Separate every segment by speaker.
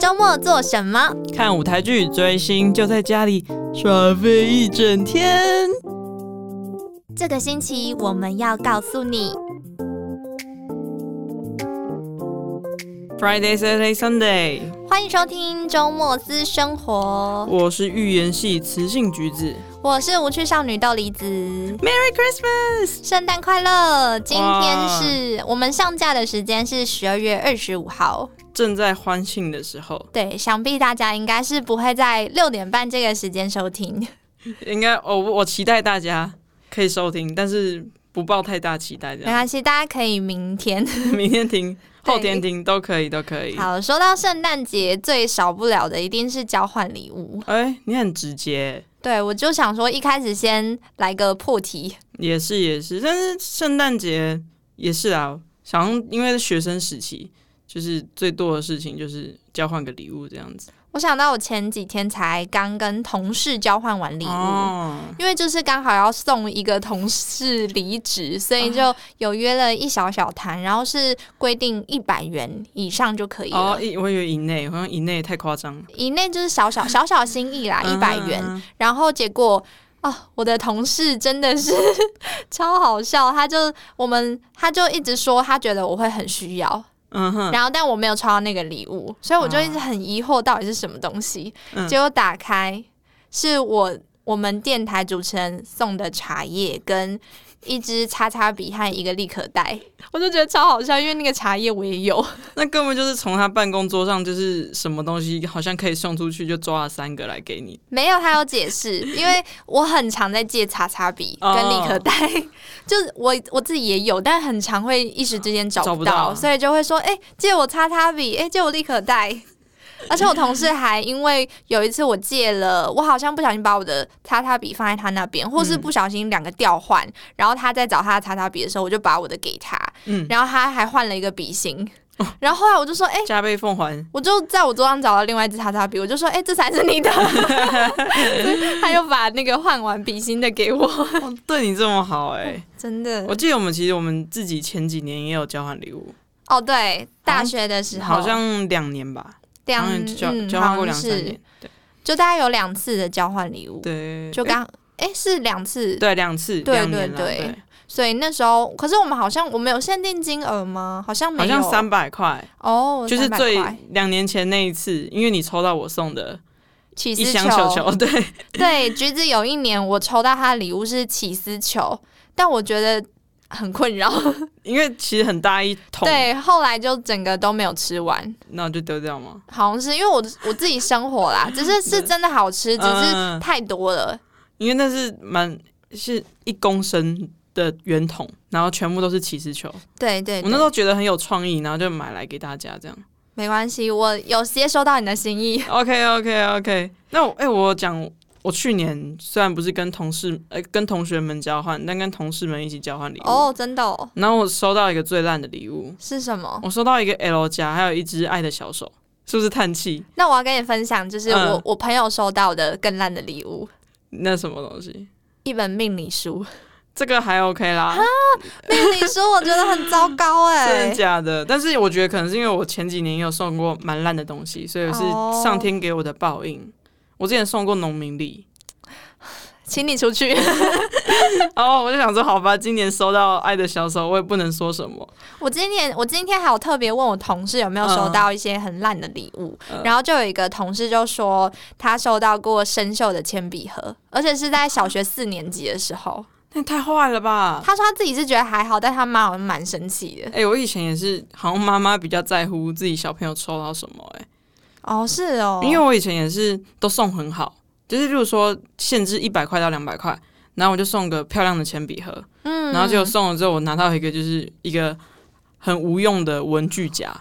Speaker 1: 周末做什么？
Speaker 2: 看舞台剧、追星，就在家里耍废一整天。
Speaker 1: 这个星期我们要告诉你。
Speaker 2: Friday, Saturday, Sunday，
Speaker 1: 欢迎收听周末私生活，
Speaker 2: 我是预言系雌性橘子。
Speaker 1: 我是无趣少女豆梨子，
Speaker 2: Merry Christmas！
Speaker 1: 圣诞快乐！今天是我们上架的时间是十二月二十五号。
Speaker 2: 正在欢庆的时候，
Speaker 1: 对，想必大家应该是不会在六点半这个时间收听。
Speaker 2: 应该哦我我期待大家可以收听，但是不抱太大期待，这
Speaker 1: 没
Speaker 2: 样
Speaker 1: 关系，大家可以明天。
Speaker 2: 明天听、后天听都可以，都可以。
Speaker 1: 好，说到圣诞节，最少不了的一定是交换礼物。
Speaker 2: 哎、你很直接，
Speaker 1: 对，我就想说，一开始先来个破题。
Speaker 2: 也是也是，但是圣诞节也是啊，想像因为是学生时期，就是最多的事情就是交换个礼物这样子。
Speaker 1: 我想到我前几天才刚跟同事交换完礼物。
Speaker 2: 哦，
Speaker 1: 因为就是刚好要送一个同事离职，所以
Speaker 2: 哦
Speaker 1: 就有约了一小小谈，然后是规定一百元以上就可以了。
Speaker 2: 哦，以我以为以内，好像以内太夸张。
Speaker 1: 以内就是小 小小小心意啦，啊一百元。
Speaker 2: 嗯
Speaker 1: 然后结果哦，我的同事真的是 超好笑，他就我们他就一直说他觉得我会很需要，
Speaker 2: 嗯哼，
Speaker 1: 然后但我没有抽到那个礼物，所以我就一直很疑惑到底是什么东西。
Speaker 2: 嗯
Speaker 1: 结果打开是我我们电台主持人送的茶叶跟。一支叉叉笔和一个立可带，我就觉得超好笑，因为那个茶叶我也有，
Speaker 2: 那根本就是从他办公桌上，就是什么东西好像可以送出去，就抓了三个来给你。
Speaker 1: 没有，他有解 释，因为我很常在借擦擦笔
Speaker 2: 哦
Speaker 1: 跟立可带 就是我我自己也有，但很常会一时之间找
Speaker 2: 找不到
Speaker 1: 所以就会说，哎、借我擦擦笔，哎、借我立可 带。而且我同事还因为有一次我借了，我好像不小心把我的擦擦笔放在他那
Speaker 2: 嗯
Speaker 1: 边，或是不小心两个调换，然后他在找他的擦擦笔的时候，我就把我的给他，
Speaker 2: 嗯，哦
Speaker 1: 然后他还换了一个笔芯，然后后来我就说，哎、
Speaker 2: 加倍奉还，
Speaker 1: 我就在我桌上找到另外一支叉叉笔，我就说：“哎、这才是 你的。”他又把那个换完笔芯的给我，
Speaker 2: 哦 对你这么好哎、
Speaker 1: 真的
Speaker 2: 我记得我们其实我们自己前几年也有交换礼物，
Speaker 1: 哦。对，大学的时候
Speaker 2: 好像两年吧，
Speaker 1: 哦两
Speaker 2: 好像交、
Speaker 1: 嗯，
Speaker 2: 交换
Speaker 1: 好像
Speaker 2: 过两三
Speaker 1: 是
Speaker 2: 年，对
Speaker 1: 就大概有两次的交换礼物，
Speaker 2: 对，
Speaker 1: 就刚哎、是两次，
Speaker 2: 对两次，
Speaker 1: 对
Speaker 2: 两
Speaker 1: 对
Speaker 2: 年啦
Speaker 1: 对
Speaker 2: 对，
Speaker 1: 所以那时候可是我们好像我们有限定金额吗？好像没
Speaker 2: 好
Speaker 1: 有，
Speaker 2: 像三百块，
Speaker 1: 哦，
Speaker 2: 就是
Speaker 1: 300
Speaker 2: 最
Speaker 1: 块
Speaker 2: 两年前那一次，因为你抽到我送的
Speaker 1: 起
Speaker 2: 一
Speaker 1: 司
Speaker 2: 箱球球，对，
Speaker 1: 对，橘子有一年我抽到他的礼物是起司球，但我觉得很困扰。
Speaker 2: 因为其实很大一桶，
Speaker 1: 对，后来就整个都没有吃完，
Speaker 2: 那我就丢掉嘛。
Speaker 1: 好像是因为我我自己生火 啦，只是是真的好吃，只是
Speaker 2: 嗯
Speaker 1: 太多了。
Speaker 2: 因为那是蛮是一公升的圆筒，然后全部都是起司球。
Speaker 1: 对对
Speaker 2: 我那
Speaker 1: 对
Speaker 2: 时候觉得很有创意，然后就买来给大家这样。
Speaker 1: 没关系，我有接收到你的心意。
Speaker 2: OK OK OK，那我哎、我讲我去年虽然不是跟同事呃跟同学们交换，但跟同事们一起交换礼物。
Speaker 1: 哦，真的、哦、
Speaker 2: 然后我收到一个最烂的礼物，
Speaker 1: 是什么？
Speaker 2: 我收到一个 L 夹，还有一只爱的小手，是不是叹气？
Speaker 1: 那我要跟你分享，就是我、
Speaker 2: 嗯
Speaker 1: 我朋友收到的更烂的礼物，
Speaker 2: 那什么东西？
Speaker 1: 一本命理 书。
Speaker 2: 这个还 OK 啦，
Speaker 1: 命理书我觉得很糟糕哎、
Speaker 2: 真的假的？但是我觉得可能是因为我前几年也有送过蛮烂的东西，所以是
Speaker 1: 哦
Speaker 2: 上天给我的报应。我之前送过农民历，
Speaker 1: 请你出去。
Speaker 2: 然哦后我就想说，好吧，今年收到爱的小手，我也不能说什么。
Speaker 1: 我今年我今天还有特别问我同事有没有收到一些很烂的礼物，
Speaker 2: 嗯
Speaker 1: 然后就有一个同事就说他收到过生锈的铅笔盒，而且是在小学四年级的时候。
Speaker 2: 那也太坏了吧！
Speaker 1: 他说他自己是觉得还好，但他妈好像蛮生气的。
Speaker 2: 哎、我以前也是，好像妈妈比较在乎自己小朋友抽到什么、欸，
Speaker 1: 哦，是哦，
Speaker 2: 因为我以前也是都送很好，就是例如说限制一百块到两百块，然后我就送个漂亮的铅笔盒，
Speaker 1: 嗯
Speaker 2: 然后结果送了之后，我拿到一个就是一个很无用的文具夹，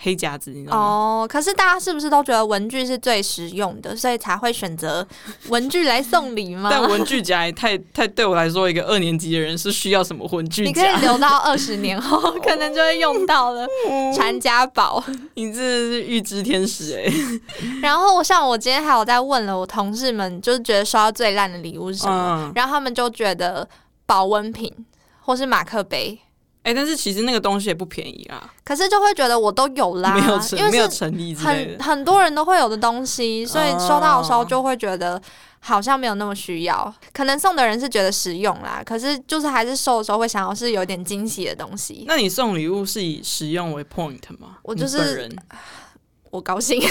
Speaker 2: 黑夹子，你知道吗？
Speaker 1: 哦，可是大家是不是都觉得文具是最实用的，所以才会选择文具来送礼吗？
Speaker 2: 但文具夹也太 太对我来说，一个二年级的人是需要什么文具
Speaker 1: 你可以
Speaker 2: 夹？
Speaker 1: 留到二十年后，可能就会用到了
Speaker 2: 嗯
Speaker 1: 传家宝。
Speaker 2: 你真的是预知天使哎、
Speaker 1: 然后我像我今天还有在问了我同事们，就是觉得收到最烂的礼物是什么，
Speaker 2: 嗯，
Speaker 1: 然后他们就觉得保温瓶或是马克杯，
Speaker 2: 哎、但是其实那个东西也不便宜啊，
Speaker 1: 可是就会觉得我都有啦
Speaker 2: 没有，
Speaker 1: 因
Speaker 2: 成没有
Speaker 1: 为是
Speaker 2: 诚意之类
Speaker 1: 很
Speaker 2: 的。
Speaker 1: 很多人都会有的东西，所以收到的时候
Speaker 2: 哦
Speaker 1: 就会觉得好像没有那么需要。可能送的人是觉得实用啦，可是就是还是收的时候会想要是有点惊喜的东西。
Speaker 2: 那你送礼物是以实用为 point 吗？
Speaker 1: 我
Speaker 2: 你
Speaker 1: 就是
Speaker 2: 本人，
Speaker 1: 我高兴，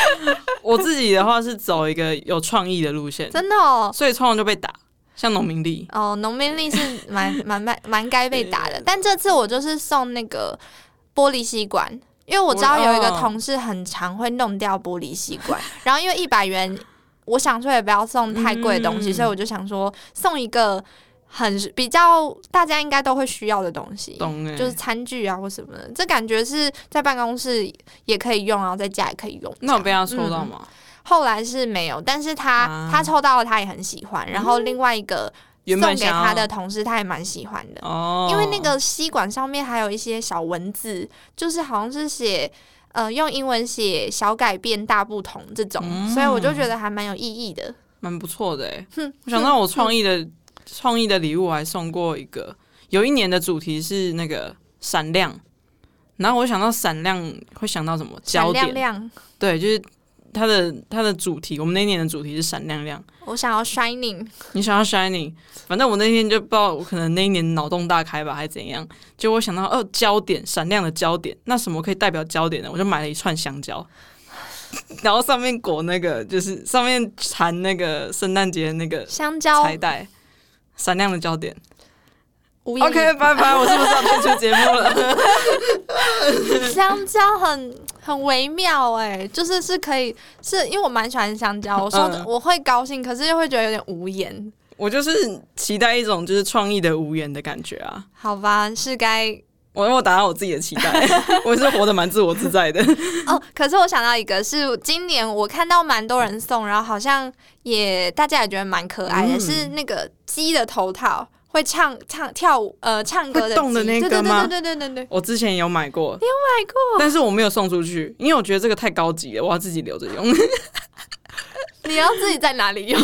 Speaker 2: 我自己的话是走一个有创意的路线，
Speaker 1: 真的哦。
Speaker 2: 所以通常就被打，像农民力。
Speaker 1: 哦，农民力是 蛮蛮蛮蛮该被打的，但这次我就是送那个玻璃吸管，因为我知道有一个
Speaker 2: 哦
Speaker 1: 同事很常会弄掉玻璃吸管，然后因为一百元，我想说也不要送太贵的东西，
Speaker 2: 嗯
Speaker 1: 所以我就想说送一个很比较大家应该都会需要的东西。
Speaker 2: 懂哎、
Speaker 1: 就是餐具啊或什么的，这感觉是在办公室也可以用，然后在家也可以用。
Speaker 2: 那我
Speaker 1: 这
Speaker 2: 被
Speaker 1: 样
Speaker 2: 他抽到
Speaker 1: 嗯
Speaker 2: 吗？
Speaker 1: 后来是没有，但是他、
Speaker 2: 啊嗯
Speaker 1: 他抽到了，他也很喜欢。然后另外一个
Speaker 2: 原
Speaker 1: 送
Speaker 2: 本
Speaker 1: 给
Speaker 2: 想要
Speaker 1: 他的同事，他也蛮喜欢的，
Speaker 2: 哦，
Speaker 1: 因为那个吸管上面还有一些小文字，就是好像是写呃用英文写小改变大不同这种，
Speaker 2: 嗯
Speaker 1: 所以我就觉得还蛮有意义的。
Speaker 2: 蛮不错的哎、
Speaker 1: 哼
Speaker 2: 我想到我创意的创意的礼物，我还送过一个，有一年的主题是那个闪亮，然后我想到闪亮会想到什么
Speaker 1: 闪
Speaker 2: 焦点？
Speaker 1: 亮亮，
Speaker 2: 对，就是它的它的主题，我们那一年的主题是闪亮亮。
Speaker 1: 我想要 shining，
Speaker 2: 你想要 shining，反正我那天就不知道，我可能那一年脑洞大开吧，还是怎样？就我想到哦，焦点闪亮的焦点，那什么可以代表焦点呢？我就买了一串香蕉， 然后上面裹那个，就是上面缠那个圣诞节的那个
Speaker 1: 香蕉
Speaker 2: 彩带，闪亮的焦点。
Speaker 1: 无言
Speaker 2: OK，拜拜，我是不是要退出节目了？
Speaker 1: 香蕉很很微妙哎、就是是可以，是因为我蛮喜欢香蕉，我说、
Speaker 2: 嗯
Speaker 1: 我会高兴，可是又会觉得有点无言。
Speaker 2: 我就是期待一种就是创意的无言的感觉啊！
Speaker 1: 好吧，是该
Speaker 2: 我我达到我自己的期待， 我也是活得蛮自我自在的。
Speaker 1: 哦，可是我想到一个是今年我看到蛮多人送，然后好像也大家也觉得蛮可爱的，
Speaker 2: 嗯
Speaker 1: 是那个鸡的头套，会唱唱跳舞呃唱歌的
Speaker 2: 会动的
Speaker 1: 鸡
Speaker 2: 那
Speaker 1: 对
Speaker 2: 个吗
Speaker 1: 对对对对对对，
Speaker 2: 我之前有买过，
Speaker 1: 买过，
Speaker 2: 但是我没有送出去，因为我觉得这个太高级了，我要自己留着用。
Speaker 1: 你要自己在哪里用？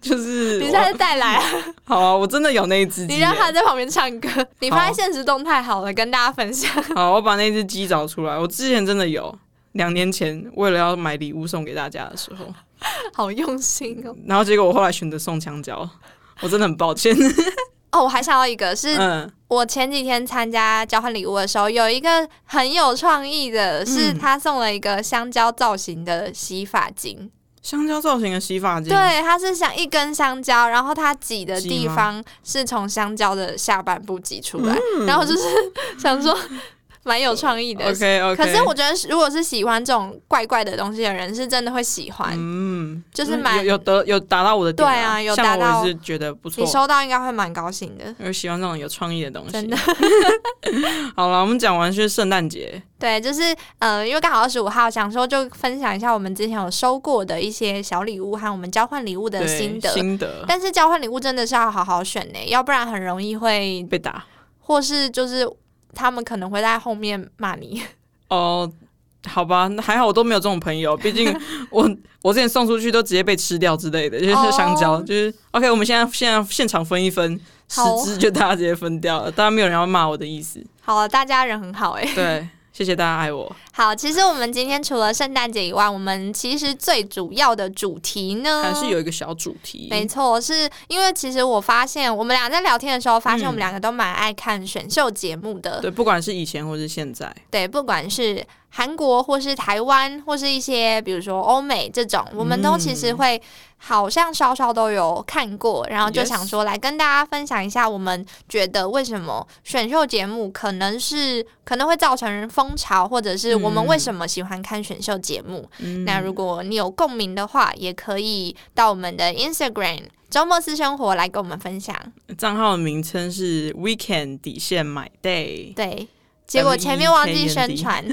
Speaker 2: 就是
Speaker 1: 你
Speaker 2: 我
Speaker 1: 下次带来啊，
Speaker 2: 好啊，我真的有那一只鸡
Speaker 1: 你
Speaker 2: 耶。
Speaker 1: 让他在旁边唱歌，你放在
Speaker 2: 好
Speaker 1: 现实动态好了，跟大家分享。
Speaker 2: 好，我把那只鸡找出来。我之前真的有，两年前为了要买礼物送给大家的时候，
Speaker 1: 好用心哦！
Speaker 2: 然后结果我后来选择送香蕉，我真的很抱歉。
Speaker 1: 哦，我还想到一个，是
Speaker 2: 嗯，
Speaker 1: 我前几天参加交换礼物的时候，有一个很有创意的，是
Speaker 2: 嗯
Speaker 1: 他送了一个香蕉造型的洗发精。
Speaker 2: 香蕉造型的洗发精，，
Speaker 1: 对，它是像一根香蕉，然后它挤的地
Speaker 2: 挤吗嗯
Speaker 1: 方是从香蕉的下半部挤出来，然后就是 想 说蛮有创意的。
Speaker 2: OK OK。
Speaker 1: 可是我觉得，如果是喜欢这种怪怪的东西的人，是真的会喜欢。
Speaker 2: 嗯，
Speaker 1: 就是
Speaker 2: 嗯
Speaker 1: 蛮
Speaker 2: 有有得有达到我的点、
Speaker 1: 对啊有
Speaker 2: 像
Speaker 1: 达到
Speaker 2: 我也是觉得不错
Speaker 1: 你。收到应该会蛮高兴的，
Speaker 2: 我喜欢这种有创意的东西。
Speaker 1: 真的。
Speaker 2: 好了，我们讲完是圣诞节，
Speaker 1: 对，就是呃，因为刚好二十五号，想说就分享一下我们之前有收过的一些小礼物和我们交换礼物的
Speaker 2: 对
Speaker 1: 心得。
Speaker 2: 心得
Speaker 1: 但是交换礼物真的是要好好选呢，要不然很容易会，
Speaker 2: 被打
Speaker 1: 或是就是他们可能会在后面骂你。
Speaker 2: 哦。好吧，那还好我都没有这种 朋友，毕竟我我之前送出去都直接被吃掉之类的，
Speaker 1: 哦
Speaker 2: 就是香蕉就是 OK。我们现在现在现场分一分，十
Speaker 1: 好
Speaker 2: 只就大家直接分掉了，当然没有人要骂我的意思。
Speaker 1: 好了，大家人很好哎。
Speaker 2: 对，谢谢大家爱我，
Speaker 1: 好，其实我们今天除了圣诞节以外，我们其实最主要的主题呢，
Speaker 2: 还是有一个小主题，
Speaker 1: 嗯没错，是因为其实我发现我们俩在聊天的时候，发现
Speaker 2: 嗯
Speaker 1: 我们两个都蛮爱看选秀节目的。
Speaker 2: 对，不管是以前或是现在，
Speaker 1: 对，不管是韩国或是台湾，或是一些比如说欧美这种，我们都其
Speaker 2: 嗯
Speaker 1: 实会好像稍稍都有看过，然后就
Speaker 2: Yes
Speaker 1: 想说来跟大家分享一下，我们觉得为什么选秀节目可能是可能会造成风潮，或者是我们
Speaker 2: 嗯
Speaker 1: 为什么喜欢看选秀节目。
Speaker 2: 嗯
Speaker 1: 那如果你有共鸣的话，也可以到我们的 Instagram 周末私生活来跟我们分享。
Speaker 2: 账号的名称是 Weekend 底线 My Day，
Speaker 1: 对，结果前面忘记宣传，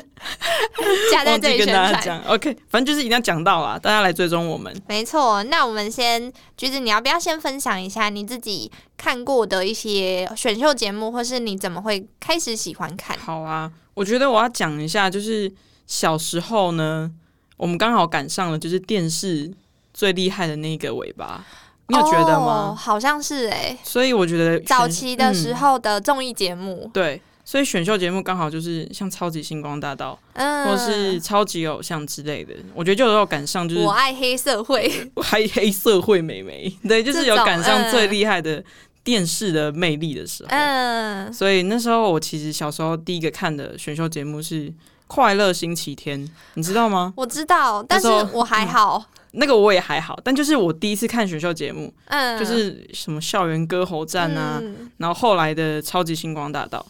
Speaker 1: 加在
Speaker 2: 忘
Speaker 1: 这
Speaker 2: 记
Speaker 1: 里宣
Speaker 2: 跟大家
Speaker 1: 传。
Speaker 2: 讲，OK，反正就是一定要讲到啦，大家来追踪我们。
Speaker 1: 没错，那我们先橘子，你要不要先分享一下你自己看过的一些选秀节目，或是你怎么会开始喜欢看？
Speaker 2: 好啊，我觉得我要讲一下，就是小时候呢，我们刚好赶上了就是电视最厉害的那个尾巴，你有觉得
Speaker 1: 哦
Speaker 2: 吗？
Speaker 1: 好像是哎、
Speaker 2: 所以我觉得
Speaker 1: 早期的时、
Speaker 2: 嗯
Speaker 1: 候的综艺节目，
Speaker 2: 对，所以选秀节目刚好就是像《超级星光大道》
Speaker 1: 嗯，
Speaker 2: 或是《超级偶像》之类的，我觉得就有赶上，就
Speaker 1: 我
Speaker 2: 是
Speaker 1: 爱黑社 会，
Speaker 2: 黑黑社会美眉，对，就是有赶上
Speaker 1: 这种嗯
Speaker 2: 最厉害的电视的魅力的时候。
Speaker 1: 嗯，
Speaker 2: 所以那时候我其实小时候第一个看的选秀节目是《快乐星期天》，你知道吗？
Speaker 1: 我知道，但是
Speaker 2: 那时候
Speaker 1: 我还好，
Speaker 2: 那个我也还好，但就是我第一次看选秀节目，
Speaker 1: 嗯，
Speaker 2: 就是什么校园歌喉战啊，
Speaker 1: 嗯
Speaker 2: 然后后来的超级星光大道，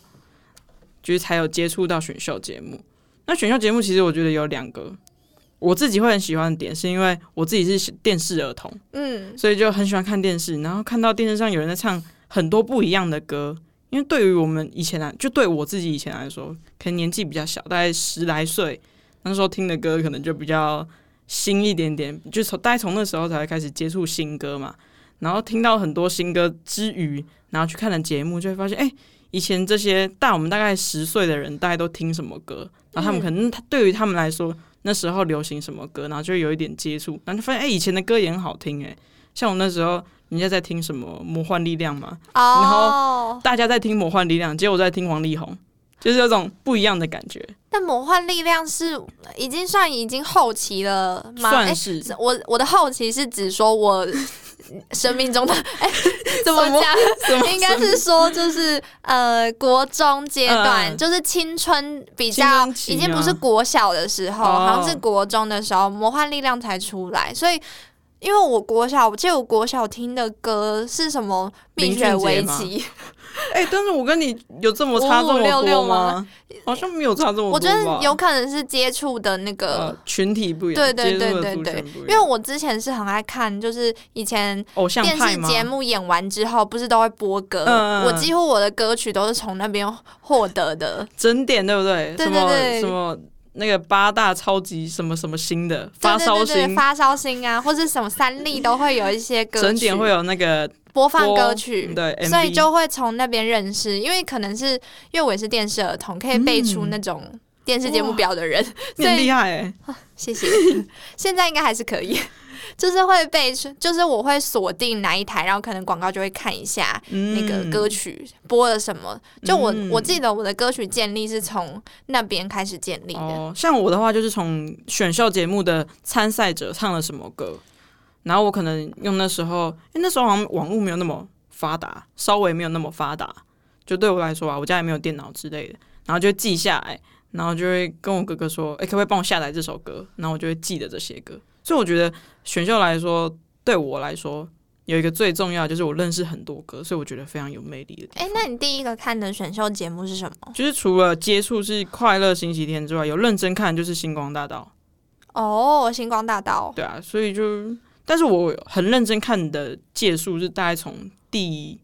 Speaker 2: 就是才有接触到选秀节目。那选秀节目其实我觉得有两个我自己会很喜欢的点，是因为我自己是电视儿童，
Speaker 1: 嗯，
Speaker 2: 所以就很喜欢看电视，然后看到电视上有人在唱很多不一样的歌。因为对于我们以前来，就对我自己以前来说，可能年纪比较小，大概十来岁，那时候听的歌可能就比较新一点点，就从大概从那时候才会开始接触新歌嘛。然后听到很多新歌之余，然后去看了节目，就会发现，哎、以前这些大我们大概十岁的人，大概都听什么歌？然后他们可能他对于他们来说，那时候流行什么歌，然后就哎有一点接触，然后就发现，哎、以前的歌也很好听、哎，像我那时候，人家在听什么《魔幻力量》嘛，
Speaker 1: 哦，
Speaker 2: 大家在听《魔幻力量》，结果我在听王力宏，就是有种不一样的感觉，
Speaker 1: 但魔幻力量是已经算已经后期了吗？
Speaker 2: 算
Speaker 1: 诶
Speaker 2: 是。
Speaker 1: 是我我的后期是指说我生命中的哎、怎么
Speaker 2: 什么什么
Speaker 1: 讲？应该是说就是呃国中阶段，
Speaker 2: 嗯就是
Speaker 1: 就是青春比
Speaker 2: 青
Speaker 1: 较
Speaker 2: 春期
Speaker 1: 已经不是
Speaker 2: 吗
Speaker 1: 国小的时候，
Speaker 2: 哦
Speaker 1: 好像是国中的时候，魔幻力量才出来，所以。因为我国小，我记得我国小听的歌是什么《
Speaker 2: 林
Speaker 1: 蜜雪
Speaker 2: 俊杰
Speaker 1: 围
Speaker 2: 吗
Speaker 1: 棋》，
Speaker 2: 哎、但是我跟你有这么差这么多
Speaker 1: 5566
Speaker 2: 吗
Speaker 1: 吗？
Speaker 2: 好像没有差这么多吧。
Speaker 1: 我觉得有可能是接触的那个
Speaker 2: 呃，群体啊不一样，
Speaker 1: 对对
Speaker 2: 接
Speaker 1: 对
Speaker 2: 触的
Speaker 1: 对
Speaker 2: 族
Speaker 1: 对
Speaker 2: 群不一样，
Speaker 1: 因为我之前是很爱看，就是以前
Speaker 2: 偶像
Speaker 1: 电
Speaker 2: 派
Speaker 1: 视
Speaker 2: 吗？
Speaker 1: 节目演完之后，不是都会播歌？
Speaker 2: 嗯嗯嗯
Speaker 1: 我几乎我的歌曲都是从那边获得 的。
Speaker 2: 整点对不对？
Speaker 1: 对
Speaker 2: 什
Speaker 1: 对
Speaker 2: 么
Speaker 1: 对
Speaker 2: 什么那个八大超级什么什么星的
Speaker 1: 对
Speaker 2: 发
Speaker 1: 对
Speaker 2: 烧
Speaker 1: 对对
Speaker 2: 星，
Speaker 1: 发烧星啊，或是什么三立都会有一些歌曲，
Speaker 2: 整点会有那个
Speaker 1: 播放歌
Speaker 2: 播
Speaker 1: 曲，
Speaker 2: 对，
Speaker 1: 所以
Speaker 2: MV
Speaker 1: 就会从那边认识。因为可能是因为我也是电视儿童，可以背出那种电视节目表的人，
Speaker 2: 你很
Speaker 1: 所以
Speaker 2: 厉害哎，
Speaker 1: 谢谢。 现在应该还是可以， 就是会背出，就是我会锁定哪一台，然后可能广告就会看一下，那
Speaker 2: 那
Speaker 1: 个歌曲播了什么。就我、
Speaker 2: 嗯
Speaker 1: 我记得我的歌曲建立是从那边开始建立的。
Speaker 2: 哦，像我的话就是从选秀节目的参赛者唱了什么歌，然后我可能用那时候，因为那时候好像网络没有那么发达，稍微没有那么发达，就对我来说啊，我家也没有电脑之类的，然后就记下来，然后就会跟我哥哥说，哎、可不可以帮我下载这首歌？然后我就会记得这些歌，所以我觉得选秀来说，对我来说有一个最重要的就是我认识很多歌，所以我觉得非常有魅力的地
Speaker 1: 哎、
Speaker 2: 方。
Speaker 1: 那你第一个看的选秀节目是什么？
Speaker 2: 就是除了接触是快乐星期天之外，有认真看就是星光大道。
Speaker 1: 哦，星光大道。
Speaker 2: 对啊，所以就，但是我很认真看的届数是大概从第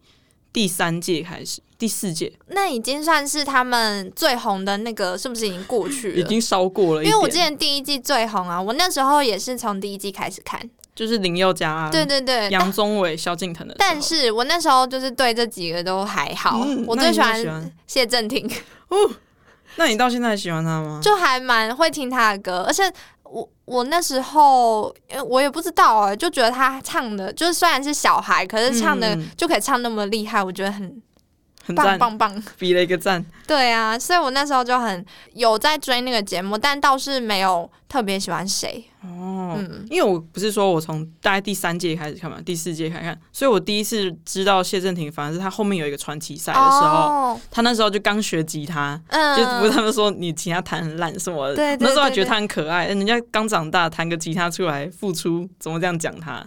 Speaker 2: 第三届开始，第四届
Speaker 1: 那已经算是他们最红的那个，是不是已经过去了？
Speaker 2: 已经烧过了一
Speaker 1: 因
Speaker 2: 点，
Speaker 1: 为我之前第一季最红啊，我那时候也是从第一季开始看。
Speaker 2: 就是林宥嘉、啊、
Speaker 1: 对对对，
Speaker 2: 杨
Speaker 1: 但
Speaker 2: 宗纬、萧敬腾的时候，
Speaker 1: 但是我那时候就是对这几个都还好，
Speaker 2: 嗯
Speaker 1: 我
Speaker 2: 那
Speaker 1: 最
Speaker 2: 你
Speaker 1: 喜
Speaker 2: 喜
Speaker 1: 欢
Speaker 2: 欢
Speaker 1: 谢振廷。
Speaker 2: 那你到现在还喜欢他吗？
Speaker 1: 就还蛮会听他的歌，而且我我那时候，因为我也不知道啊、就觉得他唱的，就是虽然是小孩，可是唱的
Speaker 2: 嗯
Speaker 1: 就可以唱那么厉害，我觉得很
Speaker 2: 很
Speaker 1: 棒
Speaker 2: 赞，
Speaker 1: 棒棒。
Speaker 2: 比了一个赞。
Speaker 1: 对啊，所以我那时候就很有在追那个节目，但倒是没有特别喜欢谁。
Speaker 2: 哦，
Speaker 1: 嗯
Speaker 2: 因为我不是说我从大概第三届开始看嘛，第四届开始看，所以我第一次知道谢振廷，反而是他后面有一个传奇赛的时候，
Speaker 1: 哦，
Speaker 2: 他那时候就刚学吉他，
Speaker 1: 嗯，
Speaker 2: 就不是他们说你吉他弹很烂什么的，
Speaker 1: 对对
Speaker 2: 那时候还
Speaker 1: 对
Speaker 2: 觉得
Speaker 1: 对
Speaker 2: 他很可爱，人家刚长大弹个吉他出来付出，怎么这样讲他？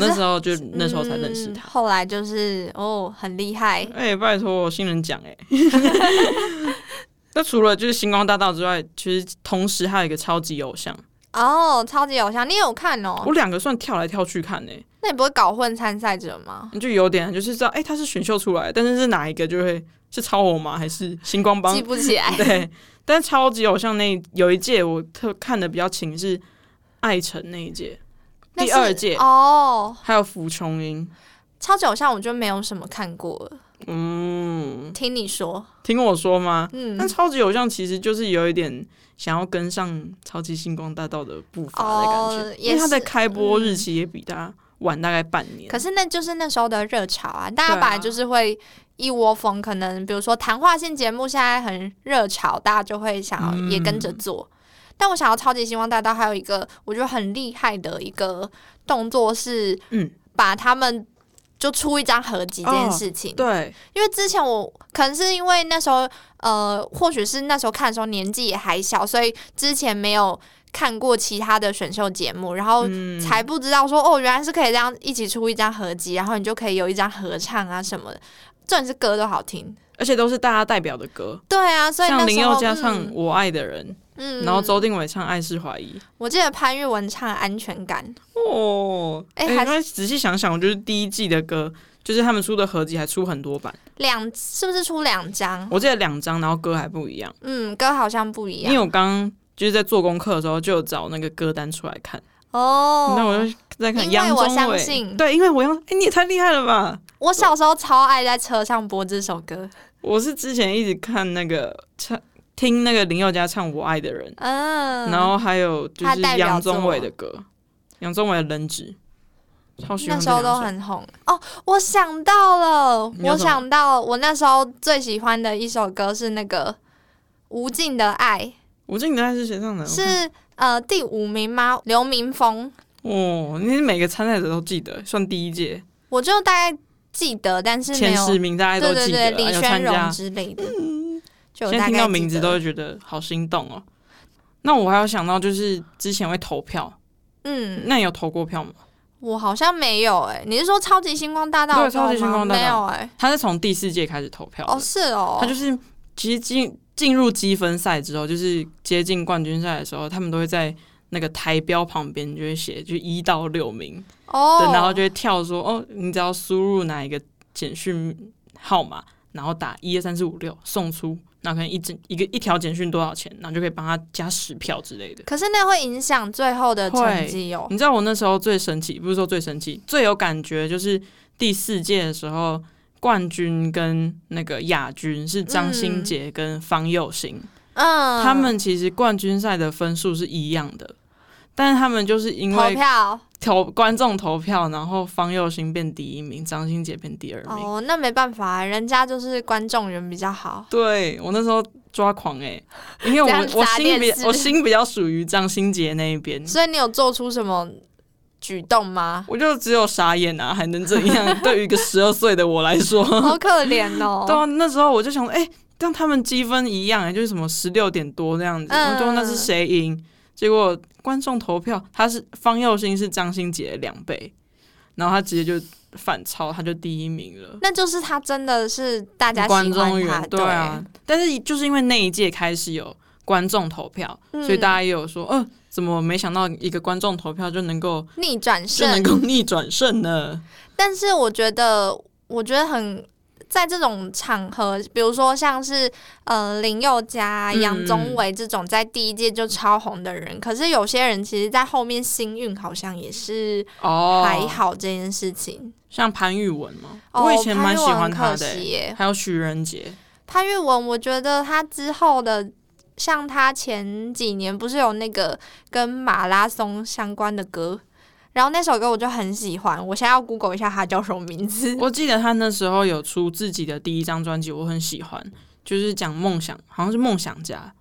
Speaker 1: 可是
Speaker 2: 那时候就那时候才认识
Speaker 1: 嗯
Speaker 2: 他。
Speaker 1: 后来就是哦，很厉害。
Speaker 2: 哎、拜托，新人奖 哎、那除了就是星光大道之外，其实同时还有一个超级偶像，
Speaker 1: 哦，超级偶像，你有看哦
Speaker 2: 我？两个算跳来跳去看哎、
Speaker 1: 那你不会搞混参赛者吗？
Speaker 2: 就有点就是知道哎、他是选秀出来的，但是是哪一个就会是超偶吗？还是星光帮
Speaker 1: 记？不起来。
Speaker 2: 对，但超级偶像那一有一届我特看的比较勤是爱晨那一届，
Speaker 1: 那
Speaker 2: 第
Speaker 1: 是
Speaker 2: 二届
Speaker 1: 哦，
Speaker 2: 还有浮琼英，
Speaker 1: 超级偶像我就没有什么看过了，
Speaker 2: 嗯，
Speaker 1: 听你说，
Speaker 2: 听我说吗？
Speaker 1: 嗯
Speaker 2: 那，超级偶像其实就是有一点想要跟上超级星光大道的步伐的感觉，
Speaker 1: 哦也
Speaker 2: 因为它的
Speaker 1: 是嗯
Speaker 2: 开播日期也比它晚大概半年。
Speaker 1: 可是那就是那时候的热潮啊，大家
Speaker 2: 对啊
Speaker 1: 本来就是会一窝蜂，可能比如说谈话性节目现在很热潮，大家就会想要
Speaker 2: 嗯
Speaker 1: 也跟着做。但我想要超级希望大家还有一个我觉得很厉害的一个动作是，
Speaker 2: 嗯，
Speaker 1: 把他们就出一张合集这件
Speaker 2: 哦
Speaker 1: 事情，
Speaker 2: 对，
Speaker 1: 因为之前我可能是因为那时候，呃，或许是那时候看的时候年纪也还小，所以之前没有看过其他的选秀节目，然后
Speaker 2: 嗯
Speaker 1: 才不知道说、哦，原来是可以这样一起出一张合集，然后你就可以有一张合唱啊什么的，重点是歌都好听。
Speaker 2: 而且都是大家代表的歌，
Speaker 1: 对啊，所以那时
Speaker 2: 像
Speaker 1: 候
Speaker 2: 林宥嘉唱《
Speaker 1: 嗯，
Speaker 2: 我爱的人》，
Speaker 1: 嗯
Speaker 2: 然后周定伟唱《爱是怀疑》。
Speaker 1: 我记得潘越文唱《安全感》，
Speaker 2: 哦，
Speaker 1: 哎
Speaker 2: 哎、
Speaker 1: 还
Speaker 2: 欸，那仔细想想，我就是第一季的歌，就是他们出的合集还出很多版，
Speaker 1: 两是不是出两张？
Speaker 2: 我记得两张，然后歌还不一样。
Speaker 1: 嗯，歌好像不一
Speaker 2: 因为
Speaker 1: 样
Speaker 2: 我刚刚就是在做功课的时候，就有找那个歌单出来看，
Speaker 1: 哦。
Speaker 2: 那我就在看
Speaker 1: 因为
Speaker 2: 杨
Speaker 1: 我
Speaker 2: 宗
Speaker 1: 相
Speaker 2: 纬，
Speaker 1: 信
Speaker 2: 对，因为我要，哎、你也太厉害了吧！
Speaker 1: 我小时候超爱在车上播这首歌，
Speaker 2: 我是之前一直看那个唱听那个林宥嘉唱《我爱的人》，
Speaker 1: 嗯，
Speaker 2: 然后还有就
Speaker 1: 他
Speaker 2: 是
Speaker 1: 代表
Speaker 2: 杨宗
Speaker 1: 作
Speaker 2: 纬的歌，杨宗纬的《人质》，超喜欢
Speaker 1: 那时
Speaker 2: 这
Speaker 1: 候
Speaker 2: 两
Speaker 1: 都
Speaker 2: 首
Speaker 1: 很红哦。我想到了，
Speaker 2: 你
Speaker 1: 我
Speaker 2: 有什么
Speaker 1: 想到我那时候最喜欢的一首歌是那个《无尽的爱
Speaker 2: 我记得你的爱是谁唱的？》，
Speaker 1: 是呃第五名吗？刘明峰，
Speaker 2: 哦，你每个参赛者都记得，算第一届
Speaker 1: 我就大概记得，但是没
Speaker 2: 前
Speaker 1: 有
Speaker 2: 十名，大家
Speaker 1: 对
Speaker 2: 都
Speaker 1: 对
Speaker 2: 记
Speaker 1: 对，
Speaker 2: 得啊
Speaker 1: 李
Speaker 2: 有
Speaker 1: 宣
Speaker 2: 参
Speaker 1: 荣
Speaker 2: 加。
Speaker 1: 之类的，就我
Speaker 2: 现在
Speaker 1: 大
Speaker 2: 听
Speaker 1: 概
Speaker 2: 到
Speaker 1: 记
Speaker 2: 名字
Speaker 1: 得
Speaker 2: 都会觉得好心动哦。那我还有想到，就是之前会投票，
Speaker 1: 嗯，
Speaker 2: 那你有投过票吗？
Speaker 1: 我好像没有哎、你是说超级星光大道
Speaker 2: 对
Speaker 1: 的时候
Speaker 2: 超级星
Speaker 1: 吗
Speaker 2: 光大道
Speaker 1: 没有哎、
Speaker 2: 他是从第四届开始投票的
Speaker 1: 哦是哦，
Speaker 2: 他就是其实进进入积分赛之后，就是接近冠军赛的时候，他们都会在那个台标旁边就会写就一到六名，
Speaker 1: 哦
Speaker 2: 对，，然后就会跳说哦，你只要输入哪一个简讯号码，然后打一二三四五六送出，那可能一整一个一条简讯多少钱，然后就可以帮他加十票之类的。
Speaker 1: 可是那会影响最后的成绩哦。
Speaker 2: 你知道我那时候最神奇，不是说最神奇，最有感觉就是第四届的时候，冠军跟那个亚军是张新杰跟方佑兴，
Speaker 1: 嗯，
Speaker 2: 他们其实冠军赛的分数是一样的，但是他们就是因
Speaker 1: 投
Speaker 2: 为
Speaker 1: 票
Speaker 2: 投观众投票，然后方佑兴变第一名，张新杰变第二名。
Speaker 1: 哦，那没办法，人家就是观众缘比较好。
Speaker 2: 对我那时候抓狂哎、因为
Speaker 1: 这样
Speaker 2: 我我
Speaker 1: 砸
Speaker 2: 心比
Speaker 1: 电视
Speaker 2: 我心比较属于张新杰那一边，？
Speaker 1: 所以你有做出什么举动吗
Speaker 2: 我就只有傻眼啊，还能 怎样？对于一个十二岁的我来说，
Speaker 1: 好可怜
Speaker 2: 对
Speaker 1: 哦。
Speaker 2: 啊，那时候我就想，哎、但他们积分一样、欸，就是什么十六点多那样子，
Speaker 1: 嗯
Speaker 2: 我就问那是谁赢？结果观众投票，他是方佑兴是张新杰的两倍，然后他直接就反超，他就第一名了。
Speaker 1: 那就是他真的是大家
Speaker 2: 观
Speaker 1: 喜
Speaker 2: 众
Speaker 1: 欢
Speaker 2: 缘
Speaker 1: 他，
Speaker 2: 对啊，但是就是因为那一届开始有观众投票，
Speaker 1: 嗯
Speaker 2: 所以大家也有说，呃，怎么没想到一个观众投票就能够
Speaker 1: 逆转
Speaker 2: 就能
Speaker 1: 胜。
Speaker 2: 够逆转胜呢？
Speaker 1: 但是我觉得，我觉得很。在这种场合，比如说像是呃林宥嘉、
Speaker 2: 嗯
Speaker 1: 杨宗纬这种在第一届就超红的人，可是有些人其实，在后面星运好像也是
Speaker 2: 哦，
Speaker 1: 还，好这件事情。
Speaker 2: 像潘玉文嘛，
Speaker 1: 哦
Speaker 2: 我以前蛮喜欢他
Speaker 1: 潘越
Speaker 2: 的
Speaker 1: 文很可惜
Speaker 2: 欸、
Speaker 1: 耶。
Speaker 2: 还有许仁杰，
Speaker 1: 潘越文，我觉得他之后的，像他前几年不是有那个跟马拉松相关的歌，然后那首歌我就很喜欢。我现在要 Google 一下他叫什么名字。
Speaker 2: 我记得他那时候有出自己的第一张专辑，我很喜欢，就是讲梦想，好像是梦想家。